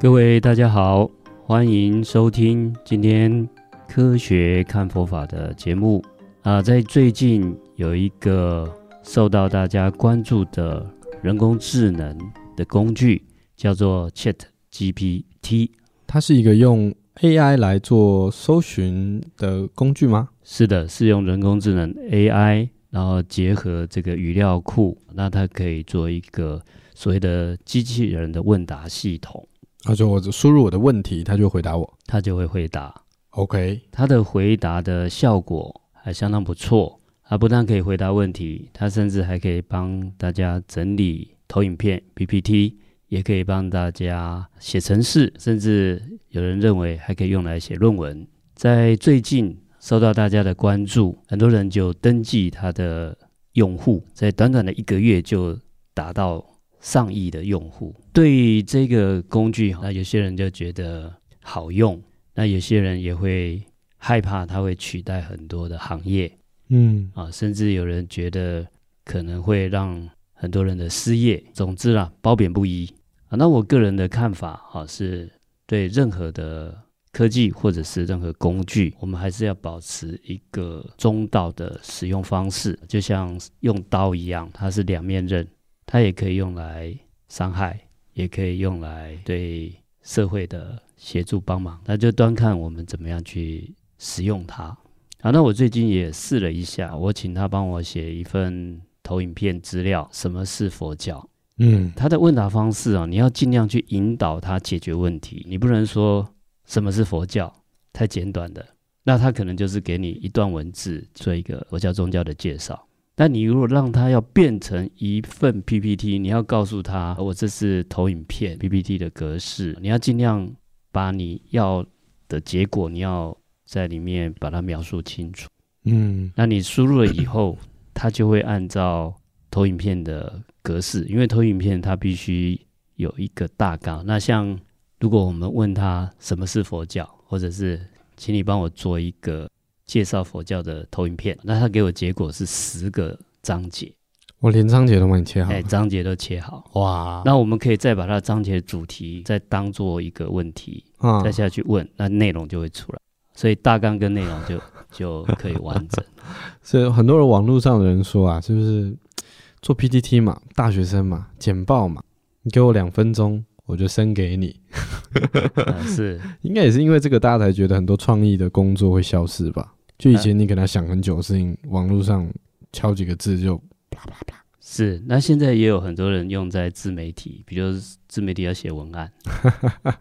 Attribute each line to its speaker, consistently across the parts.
Speaker 1: 各位大家好，欢迎收听今天《科学看佛法》的节目啊。在最近有一个受到大家关注的人工智能的工具，叫做 Chat GPT。
Speaker 2: 它是一个用 AI 来做搜寻的工具吗？
Speaker 1: 是的，是用人工智能 AI，然后结合这个语料库，那它可以做一个所谓的机器人的问答系统，
Speaker 2: 啊，就我输入我的问题，它就回答我。
Speaker 1: 它就会回答。
Speaker 2: OK，
Speaker 1: 它的回答的效果还相当不错。它不但可以回答问题，它甚至还可以帮大家整理投影片、PPT，也可以帮大家写程式，甚至有人认为还可以用来写论文。在最近受到大家的关注，很多人就登记它的用户，在短短的一个月就达到上亿的用户。对于这个工具，那有些人就觉得好用，那有些人也会害怕它会取代很多的行业
Speaker 2: 嗯，
Speaker 1: 啊，甚至有人觉得可能会让很多人的失业。总之啦，褒贬不一啊。那我个人的看法啊，是对任何的科技或者是任何工具，我们还是要保持一个中道的使用方式，就像用刀一样，它是两面刃，它也可以用来伤害，也可以用来对社会的协助帮忙，那就端看我们怎么样去使用它。好，那我最近也试了一下，我请他帮我写一份投影片资料，什么是佛教？
Speaker 2: 嗯，
Speaker 1: 他的问答方式啊，你要尽量去引导他解决问题，你不能说什么是佛教太简短的，那他可能就是给你一段文字做一个佛教宗教的介绍。那你如果让他要变成一份 PPT，你要告诉他，我这是投影片 PPT 的格式，你要尽量把你要的结果，你要在里面把它描述清楚。
Speaker 2: 嗯，
Speaker 1: 那你输入了以后， 它就会按照投影片的格式，因为投影片它必须有一个大纲。那像如果我们问他什么是佛教，或者是请你帮我做一个介绍佛教的投影片，那他给我结果是十个章节，
Speaker 2: 我连章节都帮你切好
Speaker 1: 哎，
Speaker 2: 了。啊
Speaker 1: 章节都切好。
Speaker 2: 哇，
Speaker 1: 那我们可以再把它章节主题再当做一个问题，
Speaker 2: 啊
Speaker 1: 再下去问，那内容就会出来。所以大纲跟内容就 就可以完整。
Speaker 2: 是很多人网络上的人说啊，是不是做 PPT 嘛，大学生嘛，简报嘛，你给我两分钟，我就生给你。
Speaker 1: 呃是，
Speaker 2: 应该也是因为这个，大家才觉得很多创意的工作会消失吧？就以前你可能要想很久的事情，网络上敲几个字就，
Speaker 1: 是，那现在也有很多人用在自媒体，比如自媒体要写文 案，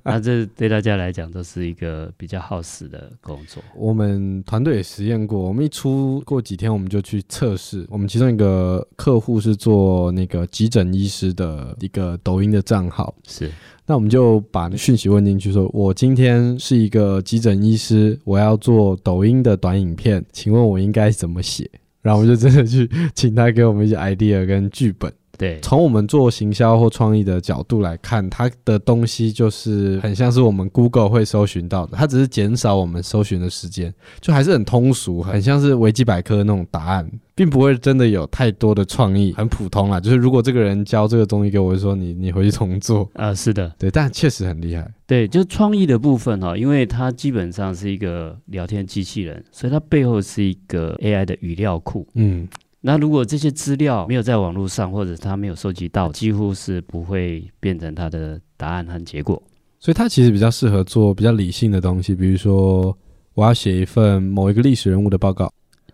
Speaker 1: 那这对大家来讲都是一个比较耗时的工作。
Speaker 2: 我们团队也实验过，我们一出过几天，我们就去测试。我们其中一个客户是做那个急诊医师的一个抖音的账号，
Speaker 1: 是，
Speaker 2: 那我们就把讯息问进去说我今天是一个急诊医师，我要做抖音的短影片，请问我应该怎么写？然后我们就真的去请他给我们一些 idea 跟剧本。
Speaker 1: 对，
Speaker 2: 从我们做行销或创意的角度来看，它的东西就是很像是我们 Google 会搜寻到的，它只是减少我们搜寻的时间，就还是很通俗，很像是维基百科那种答案，并不会真的有太多的创意，很普通啦。啊就是如果这个人教这个东西给我，我会说你你回去重做，
Speaker 1: 啊、是的，
Speaker 2: 对，但确实很厉害。
Speaker 1: 对，就创意的部分哈、因为它基本上是一个聊天机器人，所以它背后是一个 AI 的语料库。
Speaker 2: 嗯，
Speaker 1: 那如果这些资料没有在网络上，或者它没有收集到，几乎是不会变成它的答案和结果。
Speaker 2: 所以它其实比较适合做比较理性的东西，比如说我要写一份某一个历史人物的报告，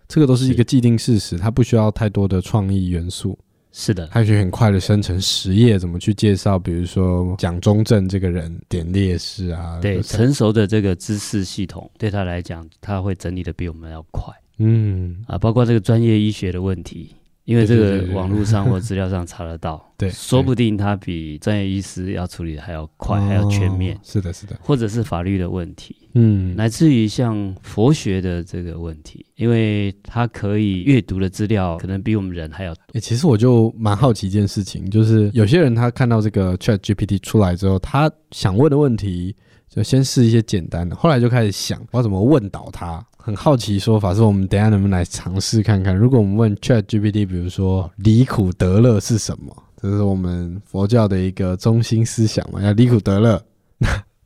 Speaker 2: 这个都是一个既定事实，它不需要太多的创意元素。
Speaker 1: 是的，
Speaker 2: 他可以很快的生成实业，怎么去介绍，比如说蒋中正这个人点烈士啊，
Speaker 1: 对，
Speaker 2: 就这样
Speaker 1: 成熟的这个知识系统对他来讲，他会整理的比我们要快
Speaker 2: 嗯，
Speaker 1: 啊，包括这个专业医学的问题，因为这
Speaker 2: 对对对
Speaker 1: 个
Speaker 2: 对，
Speaker 1: 网络上或资料上查得到
Speaker 2: 对，
Speaker 1: 说不定他比专业医师要处理的还要快，还要全面
Speaker 2: 哦，是的，是的，
Speaker 1: 或者是法律的问题，
Speaker 2: 嗯，
Speaker 1: 乃至于像佛学的这个问题，因为他可以阅读的资料可能比我们人还要多。
Speaker 2: 诶其实我就蛮好奇一件事情，就是有些人他看到这个 Chat GPT 出来之后，他想问的问题就先试一些简单的，后来就开始想我要怎么问倒他。很好奇说法，是我们等一下能不能来尝试看看？如果我们问 Chat GPT，比如说离苦得乐是什么？这是我们佛教的一个中心思想嘛，要离苦得乐。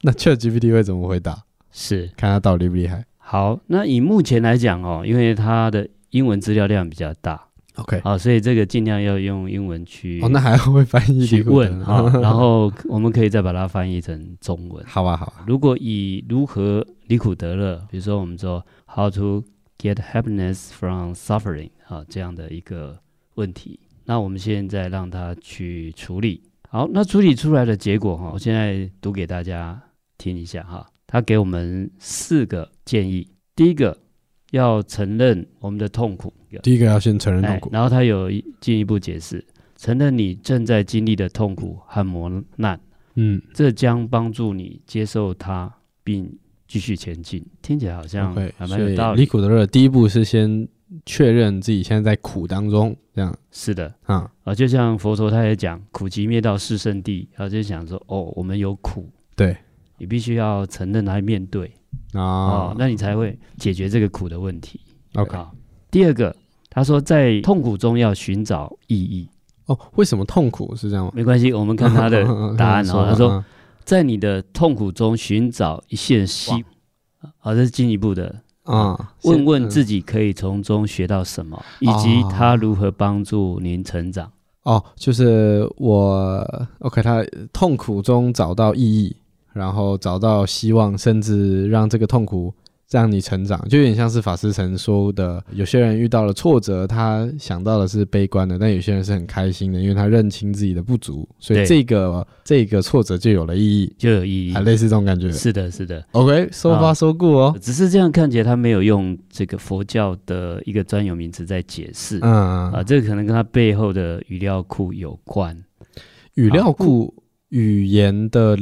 Speaker 2: 那 ChatGPT 会怎么回答？
Speaker 1: 是
Speaker 2: 看他到底厉不厉害。
Speaker 1: 好。那以目前来讲哦，因为它的英文资料量比较大，
Speaker 2: OK，
Speaker 1: 好，所以这个尽量要用英文去
Speaker 2: 哦，那还会翻译
Speaker 1: 去
Speaker 2: 利古
Speaker 1: 问
Speaker 2: 德
Speaker 1: 啊， 然后我们可以再把它翻译成中文。
Speaker 2: 好啊，好啊，
Speaker 1: 如果以如何离苦得乐，比如说我们说 how to get happiness from suffering 啊这样的一个问题，那我们现在让它去处理。好，那处理出来的结果哈，我现在读给大家听一下哈。他给我们四个建议，第一个要承认我们的痛苦，
Speaker 2: 第一个要先承认痛
Speaker 1: 哎
Speaker 2: 苦，
Speaker 1: 然后他有一进一步解释，承认你正在经历的痛苦和磨难。
Speaker 2: 嗯
Speaker 1: 这将帮助你接受它并继续前进。听起来好像
Speaker 2: ，OK，
Speaker 1: 还
Speaker 2: 所
Speaker 1: 蛮有
Speaker 2: 以
Speaker 1: 道
Speaker 2: 利
Speaker 1: 理。
Speaker 2: 古德勒第一步是先确认自己现在在苦当中，这样
Speaker 1: 是的，
Speaker 2: 啊，
Speaker 1: 啊，就像佛陀他也讲“苦集灭道是圣地”，然后就想说，哦，我们有苦，
Speaker 2: 对
Speaker 1: 你必须要承认来面对
Speaker 2: 啊
Speaker 1: 哦，那你才会解决这个苦的问题。
Speaker 2: ，OK，
Speaker 1: 啊第二个，他说在痛苦中要寻找意义。
Speaker 2: 哦，为什么痛苦是这样吗？
Speaker 1: 没关系，我们看他的答案 哦。他说，
Speaker 2: 嗯
Speaker 1: 在你的痛苦中寻找一线希望，好，这是进一步的
Speaker 2: 啊，
Speaker 1: 问问
Speaker 2: 己
Speaker 1: 自己可以从中学到什么，
Speaker 2: 嗯
Speaker 1: 以及它如何帮助您成长。
Speaker 2: 哦，就是我 OK，他痛苦中找到意义，然后找到希望，甚至让这个痛苦让你成长，就有点像是法师曾说的，有些人遇到了挫折，他想到的是悲观的，但有些人是很开心的，因为他认清自己的不足，所以
Speaker 1: 对
Speaker 2: 这个这个挫折就有了意义，
Speaker 1: 就有意义啊
Speaker 2: 啊，。类似这种感觉。
Speaker 1: 是的，是的，
Speaker 2: OK，so、far so good 哦，
Speaker 1: 只是这样看起来，他没有用这个佛教的一个专有名词在解释啊、
Speaker 2: 嗯，
Speaker 1: 这个可能跟他背后的语料库有关。
Speaker 2: 语
Speaker 1: 啊
Speaker 2: 料库语言的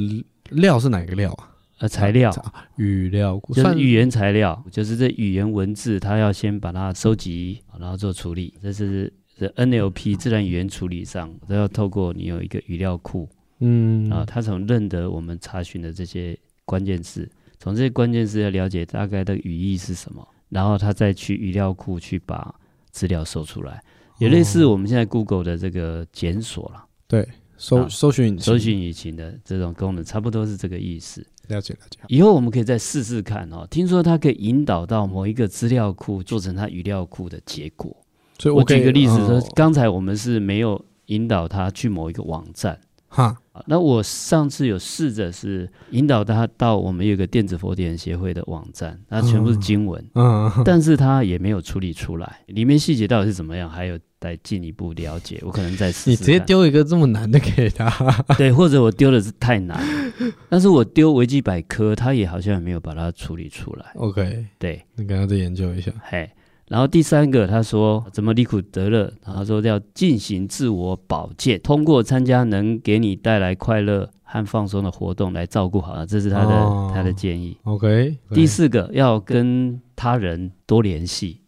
Speaker 2: 料是哪个料啊？
Speaker 1: 呃，材料
Speaker 2: 语料库
Speaker 1: 就是
Speaker 2: 算
Speaker 1: 语言材料，就是这语言文字，它要先把它收集，然后做处理。这是这 NLP 自然语言处理上，都要透过你有一个语料库，
Speaker 2: 嗯
Speaker 1: 啊，他从认得我们查询的这些关键字，从这些关键字要了解大概的语义是什么，然后他再去语料库去把资料搜出
Speaker 2: 哦
Speaker 1: 来，也类似我们现在 Google 的这个检索啦，
Speaker 2: 对，搜
Speaker 1: 啊
Speaker 2: 搜寻引擎
Speaker 1: 搜寻引擎的这种功能，差不多是这个意思。
Speaker 2: 了解了解。
Speaker 1: 以后我们可以再试试看哦，听说它可以引导到某一个资料库做成它语料库的结果。
Speaker 2: 所以
Speaker 1: 我
Speaker 2: 可以
Speaker 1: 举个例子说
Speaker 2: 嗯，
Speaker 1: 刚才我们是没有引导它去某一个网站。
Speaker 2: 哈，
Speaker 1: 啊那我上次有试着是引导他到我们有一个电子佛典协会的网站，那全部是经文，
Speaker 2: 嗯，嗯
Speaker 1: 但是他也没有处理出来，里面细节到底是怎么样，还有待进一步了解，我可能再试试
Speaker 2: 你直接
Speaker 1: 看，
Speaker 2: 丢一个这么难的给他，
Speaker 1: 对，或者我丢的是太难了，但是我丢维基百科，他也好像也没有把它处理出来，
Speaker 2: ，OK，
Speaker 1: 对，
Speaker 2: 你跟他再研究一下。
Speaker 1: 嘿。然后第三个，他说怎么离苦得乐？然后他说要进行自我保健，通过参加能给你带来快乐和放松的活动来照顾好了，这是他的、
Speaker 2: 哦
Speaker 1: 他的建议。
Speaker 2: OK，
Speaker 1: 第四个，要跟他人多联 系。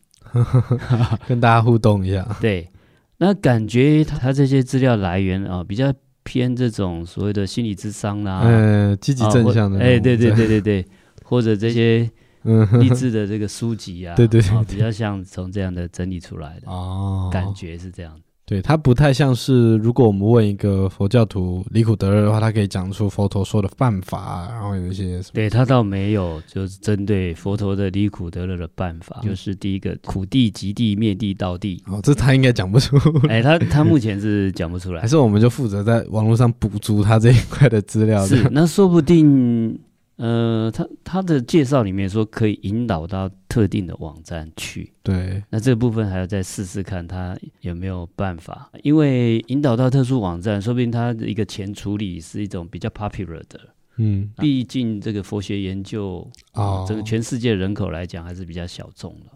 Speaker 2: 跟大家互动一下。
Speaker 1: 对，那感觉他他这些资料来源啊，比较偏这种所谓的心理智商啦、啊，
Speaker 2: 嗯，积极
Speaker 1: 或
Speaker 2: 正向的那种。
Speaker 1: 哎、对对对对对，或者这些
Speaker 2: 嗯，
Speaker 1: 励志的这个书籍啊，
Speaker 2: 对对对
Speaker 1: 啊，比较像从这样的整理出来的。
Speaker 2: 哦，
Speaker 1: 感觉是这样的，
Speaker 2: 对他不太像是，如果我们问一个佛教徒离苦得乐的话，他可以讲出佛陀说的办法，然后有一些什么。
Speaker 1: 对他倒没有，就是针对佛陀的离苦得乐的办法，
Speaker 2: 嗯。
Speaker 1: 就是第一个苦地、极地、灭地、道地
Speaker 2: 哦，这他应该讲不出，
Speaker 1: 哎，他他目前是讲不出来
Speaker 2: 还，是我们就负责在网络上补足他这一块的资料。
Speaker 1: 是，那说不定，呃，他他的介绍里面说可以引导到特定的网站去，
Speaker 2: 对，
Speaker 1: 那这部分还要再试试看他有没有办法，因为引导到特殊网站，说不定他的一个前处理是一种比较 popular 的，
Speaker 2: 嗯，
Speaker 1: 毕竟这个佛学研究啊、
Speaker 2: 哦，
Speaker 1: 这个全世界人口来讲还是比较小众的，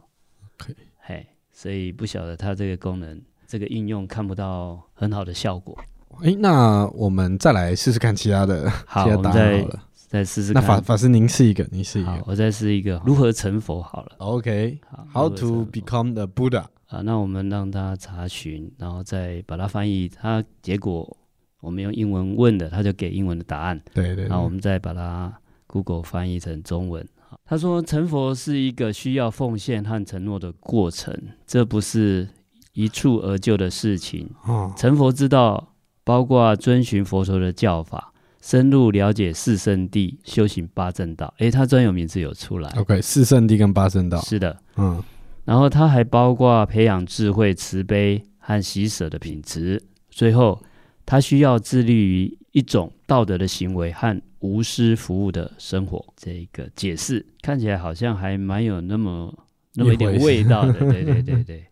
Speaker 2: OK
Speaker 1: 嘿，所以不晓得它这个功能。这个应用看不到很好的效果，
Speaker 2: 哎，那我们再来试试看其他的
Speaker 1: 好，
Speaker 2: 其他
Speaker 1: 我
Speaker 2: 答
Speaker 1: 们
Speaker 2: 案
Speaker 1: 再
Speaker 2: 好了。
Speaker 1: 再试试
Speaker 2: 那
Speaker 1: 看。
Speaker 2: 法法师，您是一个，您是一
Speaker 1: 好嗯
Speaker 2: 个。，
Speaker 1: 我再试一个如何成佛好了。
Speaker 2: OK，How、
Speaker 1: 好如
Speaker 2: How
Speaker 1: 何成
Speaker 2: to
Speaker 1: 佛
Speaker 2: become the Buddha？
Speaker 1: 啊？那我们让他查询，然后再把它翻译，它结果我们用英文问的，他就给英文的答案，
Speaker 2: 对对
Speaker 1: 然后我们再把它 Google 翻译成中文。好他说，成佛是一个需要奉献和承诺的过程，这不是一蹴而就的事情。
Speaker 2: 哦，
Speaker 1: 成佛之道包括遵循佛陀的教法，深入了解四圣地，修行八正道。诶，他专有名字有出来，
Speaker 2: OK，四圣地跟八哦圣道，
Speaker 1: 是的。
Speaker 2: 嗯，
Speaker 1: 然后它还包括培养智慧、慈悲和喜舍的品质。最后，他需要致力于一种道德的行为和无私服务的生活。这个解释看起来好像还蛮有那么那么一点
Speaker 2: 一回
Speaker 1: 味道的。对对对对，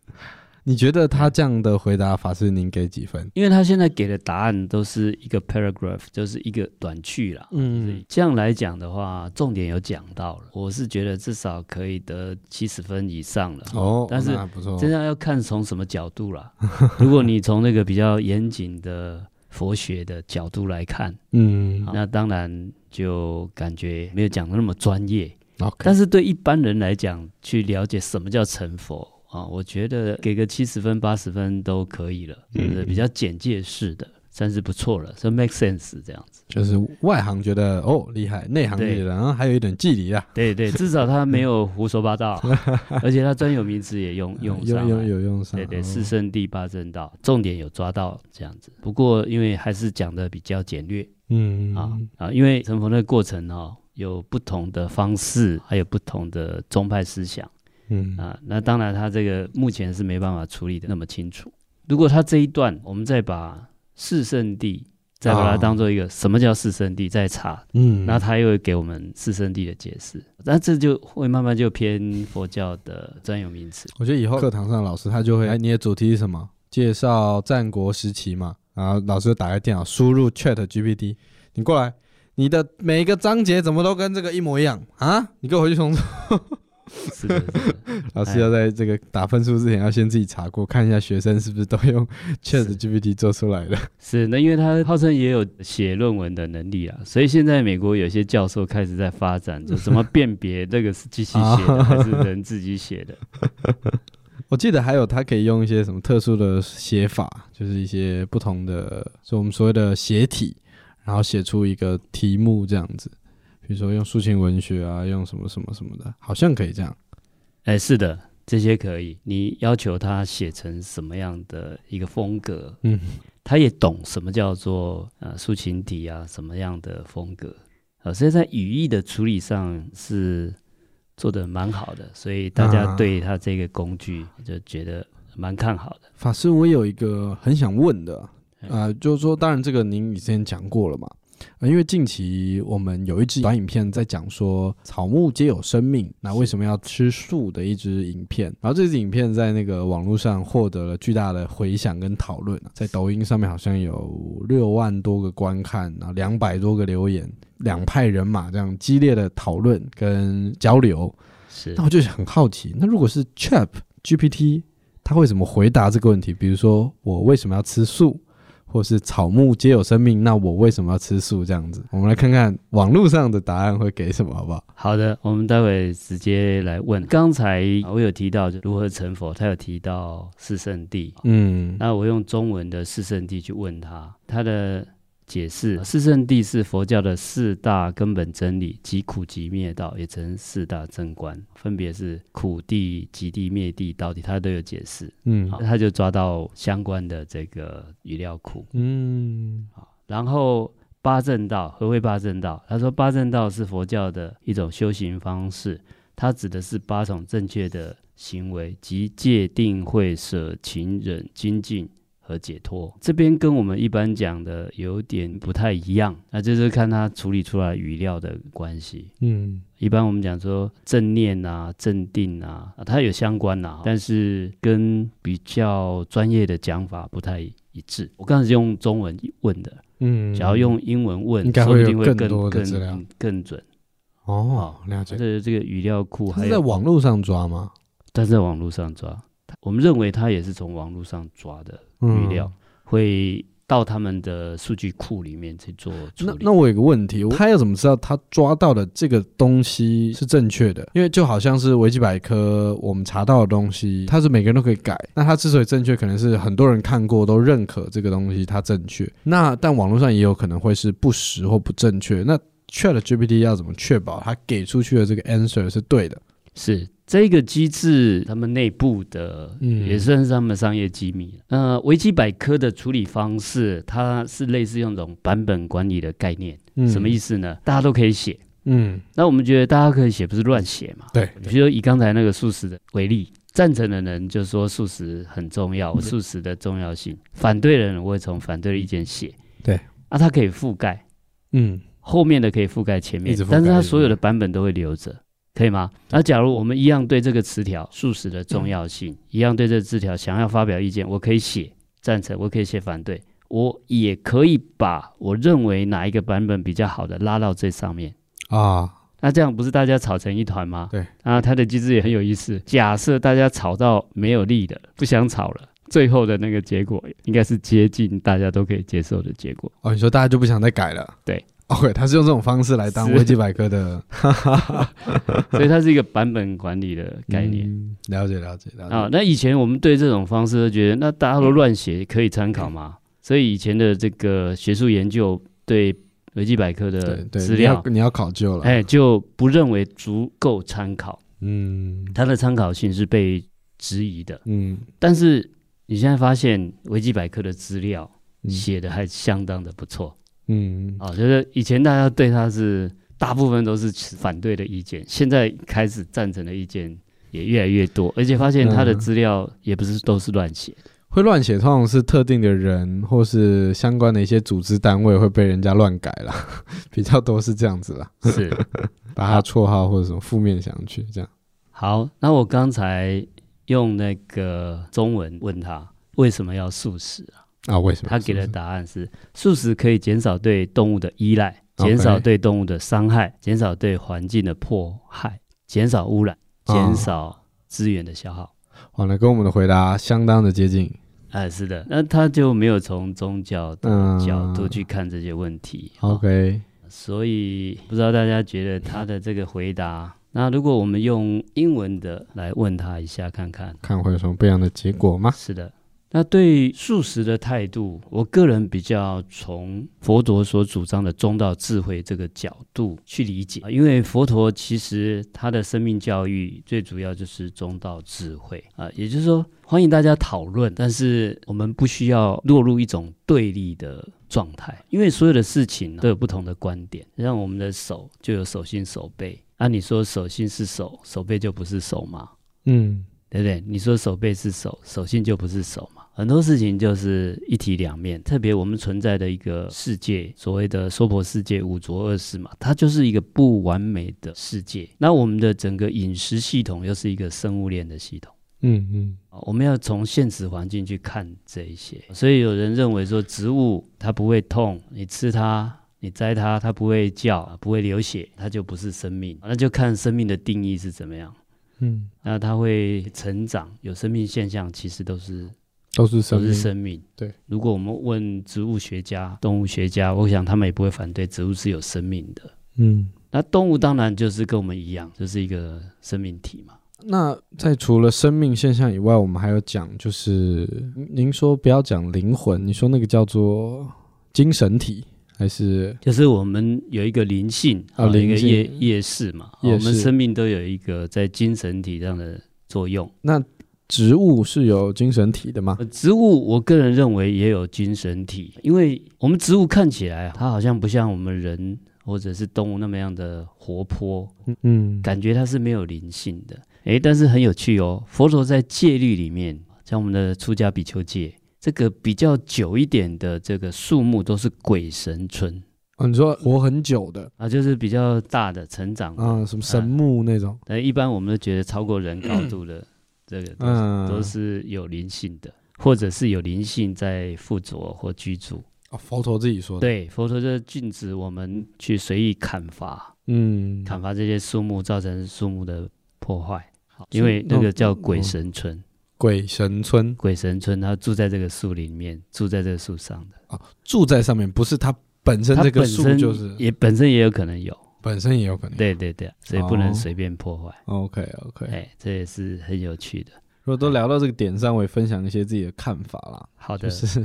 Speaker 2: 你觉得他这样的回答法师，您给几分？
Speaker 1: 因为他现在给的答案都是一个 paragraph，就是一个短句啦。所以
Speaker 2: 嗯，
Speaker 1: 这样来讲的话，重点有讲到了，我是觉得至少可以得七十分以上了。
Speaker 2: 哦，
Speaker 1: 但是
Speaker 2: 那还不错，
Speaker 1: 真的要看从什么角度啦。 如果你从那个比较严谨的佛学的角度来看，
Speaker 2: 嗯
Speaker 1: 那当然就感觉没有讲的那么专业。
Speaker 2: ，OK，
Speaker 1: 但是对一般人来讲，去了解什么叫成佛啊，我觉得给个七十分、八十分都可以了，
Speaker 2: 嗯
Speaker 1: 就是比较简介式的，算是不错了，这 make sense 这样子。
Speaker 2: 就是外行觉得哦厉害，内行觉
Speaker 1: 对
Speaker 2: 得然后还有一点距离啊，
Speaker 1: 对 对，至少他没有胡说八道，而且他专有名词也 用用
Speaker 2: 有
Speaker 1: 上
Speaker 2: 有
Speaker 1: 来。
Speaker 2: 有用上，
Speaker 1: 对对，
Speaker 2: 哦
Speaker 1: 四圣地八正道，重点有抓到这样子。不过因为还是讲的比较简略
Speaker 2: 嗯
Speaker 1: 啊、啊，因为成佛的过程哦，有不同的方式，还有不同的宗派思想
Speaker 2: 嗯
Speaker 1: 啊。那当然，他这个目前是没办法处理的那么清楚。如果他这一段，我们再把四圣地，再把它
Speaker 2: 啊
Speaker 1: 当做一个、什么叫四圣地，再查，
Speaker 2: 嗯，
Speaker 1: 那他又会给我们四圣地的解释，那这就会慢慢就偏佛教的专有名词。
Speaker 2: 我觉得以后课堂上老师他就会，哎，你的主题是什么？介绍战国时期嘛。然后老师就打开电脑，输入 Chat GPT，你过来，你的每一个章节怎么都跟这个一模一样啊？你给我回去重 做。
Speaker 1: 是的，是的。
Speaker 2: 老师要在这个打分数之前，要先自己查过，看一下学生是不是都用 Chat GPT 做出来的。
Speaker 1: 是，那因为他号称也有写论文的能力啊，所以现在美国有些教授开始在发展，就 怎么辨别这个是机器写的还是人自己写 的。
Speaker 2: 我记得还有他可以用一些什么特殊的写法，就是一些不同的，就我们所谓的写体，然后写出一个题目这样子。比如说用抒情文学啊，用什么什么什么的，好像可以这样。
Speaker 1: 哎，是的，这些可以。你要求他写成什么样的一个风格，
Speaker 2: 嗯，
Speaker 1: 他也懂什么叫做呃抒情体啊，什么样的风格啊，所以在语义的处理上是做的蛮好的，所以大家
Speaker 2: 啊
Speaker 1: 对他这个工具就觉得蛮看好的。
Speaker 2: 法师，我有一个很想问的，
Speaker 1: 嗯
Speaker 2: 啊，就是说，当然这个您以前讲过了嘛，呃因为近期我们有一支短影片在讲说草木皆有生命，那为什么要吃素的一支影片，然后这支影片在那个网络上获得了巨大的回响跟讨论啊，在抖音上面好像有六万多个观看，然后两百多个留言，两派人马这样激烈的讨论跟交流，
Speaker 1: 是
Speaker 2: 那我就很好奇，那如果是 Chat GPT，它会怎么回答这个问题？比如说，我为什么要吃素，或是草木皆有生命，那我为什么要吃素？这样子，我们来看看网络上的答案会给什么，好不好？
Speaker 1: 好的，我们待会直接来问。刚才啊我有提到如何成佛，他有提到四圣地，
Speaker 2: 嗯
Speaker 1: 那我用中文的四圣地去问他，他的解释：四圣地是佛教的四大根本真理，即苦集灭道，也称四大正观，分别是苦地、集地、灭地、道地，他都有解释。
Speaker 2: 嗯
Speaker 1: 好他就抓到相关的这个语料库。
Speaker 2: 嗯
Speaker 1: 然后八正道，何谓八正道？他说八正道是佛教的一种修行方式，它指的是八种正确的行为，即戒定慧舍勤忍精进。和解脱这边跟我们一般讲的有点不太一样，那就是看他处理出来语料的关系。
Speaker 2: 嗯
Speaker 1: 一般我们讲说正念啊、正定啊，啊它有相关啦、但是跟比较专业的讲法不太一致。我刚才是用中文问的，
Speaker 2: 嗯
Speaker 1: 只要用英文问，
Speaker 2: 应该
Speaker 1: 说不
Speaker 2: 会有
Speaker 1: 定会
Speaker 2: 更
Speaker 1: 更
Speaker 2: 多的资料
Speaker 1: 更更准。
Speaker 2: 哦，了解
Speaker 1: 这。个这个语料库
Speaker 2: 它
Speaker 1: 还
Speaker 2: 是在
Speaker 1: 有，
Speaker 2: 网络上抓吗？
Speaker 1: 但是在网络上抓，我们认为它也是从网络上抓的
Speaker 2: 嗯
Speaker 1: 语料，会到他们的数据库里面去做处
Speaker 2: 那
Speaker 1: 理。
Speaker 2: 那我有个问题，我他要怎么知道他抓到的这个东西是正确的？因为就好像是维基百科，我们查到的东西，它是每个人都可以改。那它之所以正确，可能是很多人看过都认可这个东西它正确。那但网络上也有可能会是不实或不正确。那 Chat GPT 要怎么确保它给出去的这个 answer 是对的？
Speaker 1: 是这个机制，他们内部的、
Speaker 2: 嗯
Speaker 1: 也算是他们商业机密。呃，维基百科的处理方式，它是类似用这种版本管理的概念，
Speaker 2: 嗯
Speaker 1: 什么意
Speaker 2: 思？
Speaker 1: 思呢？大家都可以写。
Speaker 2: 嗯，
Speaker 1: 那我们觉得大家可以写，不是乱写嘛？
Speaker 2: 对，
Speaker 1: 比如说以刚才那个素食的为例，赞成的人就说素食很重要，
Speaker 2: 嗯
Speaker 1: 素食的重要性；反对的人我会从反对的意见写。
Speaker 2: 嗯对，
Speaker 1: 啊，它可以覆盖
Speaker 2: 嗯，
Speaker 1: 后面的可以覆盖前面
Speaker 2: 一直覆，盖
Speaker 1: 但是它
Speaker 2: 一直覆盖
Speaker 1: 所有的版本都会留着，可以吗？那假如我们一样对这个词条素食的
Speaker 2: 嗯
Speaker 1: 重要性，一样对这个字条想要发表意见，我可以写赞成，我可以写反对，我也可以把我认为哪一个版本比较好的拉到这上面。
Speaker 2: 啊，
Speaker 1: 那这样不是大家吵成一团吗？
Speaker 2: 对。
Speaker 1: 啊，它的机制也很有意思。假设大家吵到没有力的，不想吵了，最后的那个结果应该是接近大家都可以接受的结 果。
Speaker 2: 哦，你说大家就不想再改了？
Speaker 1: 对
Speaker 2: ，OK，他是用这种方式来当
Speaker 1: 是
Speaker 2: 维基百科的
Speaker 1: 所以它是一个版本管理的 概念。
Speaker 2: 嗯了解，了解，了解。
Speaker 1: 啊，那以前我们对这种方式都觉得，那大家都乱写，可以参考
Speaker 2: 嗯
Speaker 1: 吗？所以以前的这个学术研究对维基百科
Speaker 2: 对
Speaker 1: 的
Speaker 2: 对，
Speaker 1: 资
Speaker 2: 你要
Speaker 1: 料，
Speaker 2: 你要考究了。
Speaker 1: 哎，就不认为足够参考，
Speaker 2: 嗯
Speaker 1: 它的参考性是被质疑的。
Speaker 2: 嗯，
Speaker 1: 但是你现在发现维基百科的资料
Speaker 2: 嗯
Speaker 1: 写的还相当的不错
Speaker 2: 嗯
Speaker 1: 啊、就是以前大家对它是大部分都是持反对的意见，现在开始赞成的意见也越来越多，而且发现它的
Speaker 2: 嗯
Speaker 1: 资料也不是都是乱写，
Speaker 2: 会乱写，通常是特定的人或是相关的一些组织单位会被人家乱改啦， 比较多是这样子啦，
Speaker 1: 是。
Speaker 2: 把他绰号或者什么负面想去这样。
Speaker 1: 好，那我刚才用那个中文问他为什么要素食啊，
Speaker 2: 啊，为什么？
Speaker 1: 他给的
Speaker 2: 是不是
Speaker 1: 答案是素食可以减少对动物的依赖，
Speaker 2: OK
Speaker 1: 减少对动物的伤害，减少对环境的迫害，减少污染，
Speaker 2: 啊
Speaker 1: 减少资源的消耗。
Speaker 2: 哇，那跟我们的回答相当的接近。
Speaker 1: 哎、是的，那他就没有从宗教的
Speaker 2: 嗯
Speaker 1: 角度去看这些问题。哦
Speaker 2: 啊 OK，
Speaker 1: 所以不知道大家觉得他的这个回答，那如果我们用英文的来问他一下看看，
Speaker 2: 看会有什么不一样的结果吗？
Speaker 1: 是的，那对素食的态度，我个人比较从佛陀所主张的中道智慧这个角度去理解，因为佛陀其实他的生命教育最主要就是中道智慧啊、也就是说，欢迎大家讨论，但是我们不需要落入一种对立的。状态，因为所有的事情都有不同的观点，像我们的手就有手心手背，按、你说手心是手，手背就不是手吗？
Speaker 2: 嗯
Speaker 1: 对不对？你说手背是手，手心就不是手嘛。很多事情就是一体两面，特别我们存在的一个世界，所谓的娑婆世界五浊恶世嘛，它就是一个不完美的世界。那我们的整个饮食系统又是一个生物链的系统。
Speaker 2: 嗯嗯，
Speaker 1: 啊我们要从现实环境去看这一些，所以有人认为说植物它不会痛，你吃它，你摘它，它不会叫，不会流血，它就不是生命。那就看生命的定义是怎么样。
Speaker 2: 嗯，
Speaker 1: 那它会成长，有生命现象，其实都是
Speaker 2: 都是生
Speaker 1: 都
Speaker 2: 命
Speaker 1: 是生命。
Speaker 2: 对，
Speaker 1: 如果我们问植物学家、动物学家，我想他们也不会反对植物是有生命的。
Speaker 2: 嗯，
Speaker 1: 那动物当然就是跟我们一样，就是一个生命体嘛。
Speaker 2: 那在除了生命现象以外，我们还有讲，就是您您说不要讲灵魂，你说那个叫做精神体还是
Speaker 1: 就是我们有一个灵性，
Speaker 2: 啊
Speaker 1: 有一个
Speaker 2: 灵性
Speaker 1: 夜夜市嘛，啊
Speaker 2: 夜
Speaker 1: 我们
Speaker 2: 市
Speaker 1: 生命都有一个在精神体上的作用。
Speaker 2: 那植物是有精神体的吗？
Speaker 1: 呃植物，我个人认为也有精神体，因为我们植物看起来啊，它好像不像我们人或者是动物那么样的活泼，
Speaker 2: 嗯，
Speaker 1: 感觉它是没有灵性的。诶，但是很有趣哦，佛陀在戒律里面，像我们的出家比丘戒，这个比较久一点的这个数目都是鬼神村
Speaker 2: 哦，你说活很久的
Speaker 1: 啊，就是比较大的成长的。
Speaker 2: 啊、什么神木那种，
Speaker 1: 那、一般我们都觉得超过人高度 的这个都是、
Speaker 2: 嗯，
Speaker 1: 都是有灵性的，或者是有灵性在附着或居住。
Speaker 2: 哦，佛陀自己说的，
Speaker 1: 对，佛陀就是禁止我们去随意砍伐，
Speaker 2: 嗯，
Speaker 1: 砍伐这些树木，造成树木的破坏。好
Speaker 2: 是
Speaker 1: 因为那
Speaker 2: 那
Speaker 1: 个
Speaker 2: 我
Speaker 1: 叫鬼
Speaker 2: 我
Speaker 1: 神村，
Speaker 2: 鬼神村
Speaker 1: 鬼神村，他住在这个树林里面，住在这个树上的。
Speaker 2: 住在上面，不是它本身
Speaker 1: 它
Speaker 2: 这
Speaker 1: 本
Speaker 2: 个树
Speaker 1: 身
Speaker 2: 就是
Speaker 1: 也本身也有可能有，
Speaker 2: 本身也有可能。
Speaker 1: 对对对，所以不能
Speaker 2: 哦
Speaker 1: 随便破坏。
Speaker 2: ，OK OK，
Speaker 1: 哎，这也是很有趣的。
Speaker 2: 如果都聊到这个点上，我也分享一些自己的看法啦。
Speaker 1: 好的
Speaker 2: 就，是，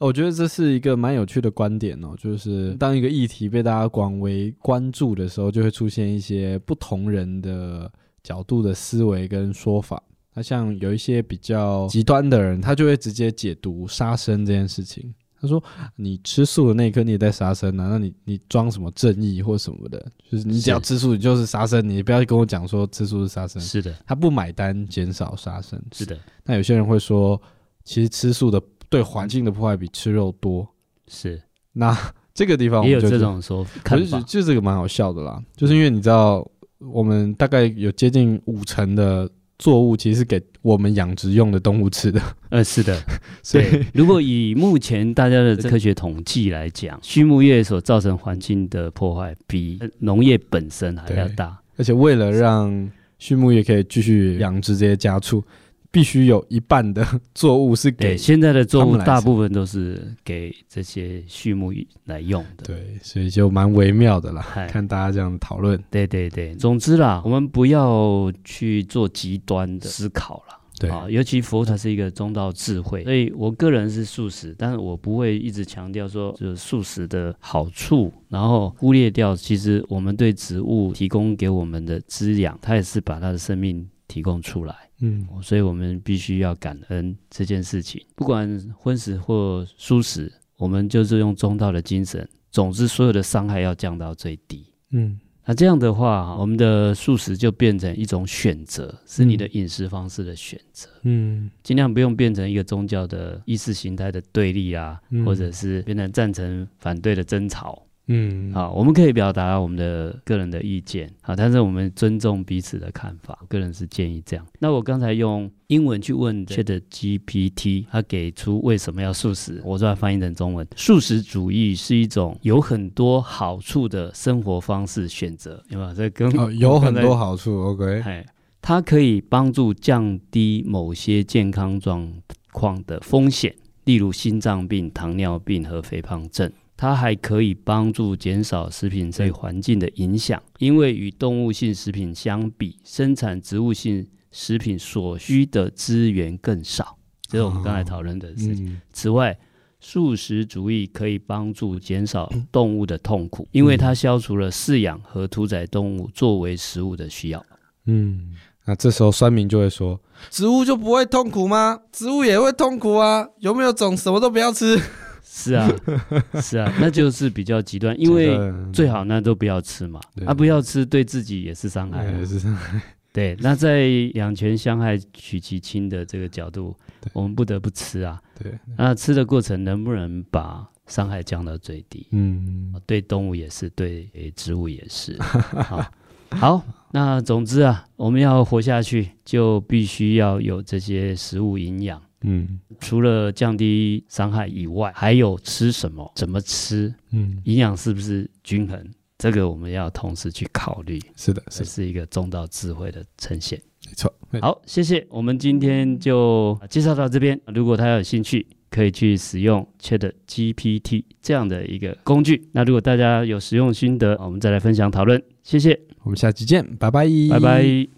Speaker 2: 哦我觉得这是一个蛮有趣的观点哦，就是当一个议题被大家广为关注的时候，就会出现一些不同人的角度的思维跟说法。那像有一些比较极端的人，他就会直接解读杀生这件事情。他说：“你吃素的那一刻，你也在杀生啊？那你你装什么正义或什么的？就是你只要
Speaker 1: 是
Speaker 2: 吃素，你就是杀生。你不要跟我讲说吃素是杀生，
Speaker 1: 是的，
Speaker 2: 他不买单，减少杀生。
Speaker 1: 是的，
Speaker 2: 那有些人会说，其实吃素的对环境的破坏比吃肉多。
Speaker 1: 是
Speaker 2: 那这个地方我
Speaker 1: 也
Speaker 2: 们
Speaker 1: 有
Speaker 2: 就
Speaker 1: 这种说
Speaker 2: 我
Speaker 1: 看
Speaker 2: 就觉
Speaker 1: 法
Speaker 2: 得，就这个蛮好笑的啦，就是因为你知道，我们大概有接近五成的作物其实是给我们养殖用的动物吃的，
Speaker 1: 呃，是 的，
Speaker 2: 所以
Speaker 1: 对。如果以目前大家的科学统计来讲，畜牧业所造成环境的破坏比呃农业本身还要
Speaker 2: 对
Speaker 1: 大，
Speaker 2: 而且为了让畜牧业可以继续养殖这些家畜，必须有一半的作物是
Speaker 1: 对，
Speaker 2: 给
Speaker 1: 现在的作
Speaker 2: 他
Speaker 1: 物
Speaker 2: 们来
Speaker 1: 大
Speaker 2: 吃
Speaker 1: 部分都是给这些畜牧来用的。
Speaker 2: 对，所以就蛮微妙的啦。
Speaker 1: 嗨
Speaker 2: 看大家这样讨论，
Speaker 1: 对对对，总之啦，我们不要去做极端的思考啦。
Speaker 2: 对，
Speaker 1: 啊，尤其佛它是一个中道智慧，所以我个人是素食，但是我不会一直强调说就是素食的好处，然后忽略掉其实我们对植物提供给我们的滋养，它也是把它的生命提供出来。
Speaker 2: 嗯，
Speaker 1: 所以我们必须要感恩这件事情，不管荤食或素食，我们就是用中道的精神。总之，所有的伤害要降到最低。
Speaker 2: 嗯，
Speaker 1: 那这样的话，我们的素食就变成一种选择，是你的饮食方式的选择，
Speaker 2: 嗯，
Speaker 1: 尽量不用变成一个宗教的意识形态的对立啊，
Speaker 2: 嗯
Speaker 1: 或者是变成赞成反对的争吵。
Speaker 2: 嗯，
Speaker 1: 好，我们可以表达我们的个人的意见，好，但是我们尊重彼此的看法。我个人是建议这样。那我刚才用英文去问 Chat GPT，它给出为什么要素食，我把它翻译成中文：素食主义是一种有很多好处的生活方式选择，有没有？这跟、
Speaker 2: 哦，有很多好处，OK，
Speaker 1: 哎，它可以帮助降低某些健康状况的风险，例如心脏病、糖尿病和肥胖症。它还可以帮助减少食品对环境的影响，因为与动物性食品相比，生产植物性食品所需的资源更少。这是我们刚才讨论的事情。
Speaker 2: 嗯，
Speaker 1: 此外，素食主义可以帮助减少动物的痛苦，因为它消除了饲养和屠宰动物作为食物的需要。
Speaker 2: 嗯，那这时候酸民就会说：“植物就不会痛苦吗？植物也会痛苦啊！有没有种什么都不要吃？”
Speaker 1: 是 啊，是啊，那就是比较极端，因为最好那都不要吃嘛
Speaker 2: 对，
Speaker 1: 啊，不要吃对自己也是伤害啊、
Speaker 2: 哎是这样
Speaker 1: 对，那在两全相害取其轻的这个角度
Speaker 2: 对，
Speaker 1: 我们不得不吃啊。
Speaker 2: 对，
Speaker 1: 那吃的过程能不能把伤害降到最低？
Speaker 2: 嗯，
Speaker 1: 对动物也是，对植物也 是。好，好，那总之啊，我们要活下去，就必须要有这些食物营养。
Speaker 2: 嗯
Speaker 1: 除了降低伤害以外，还有吃什么、怎么吃，
Speaker 2: 嗯，
Speaker 1: 营养是不是均衡，这个我们要同时去考虑，
Speaker 2: 是的，
Speaker 1: 这
Speaker 2: 是的，
Speaker 1: 是一个中道智慧的呈现。
Speaker 2: 没错。
Speaker 1: 好，谢谢，我们今天就介绍到这边。如果大家有兴趣，可以去使用 Chat GPT 这样的一个工具。那如果大家有使用心得，我们再来分享讨论。谢谢，
Speaker 2: 我们下期见，拜拜，
Speaker 1: 拜拜。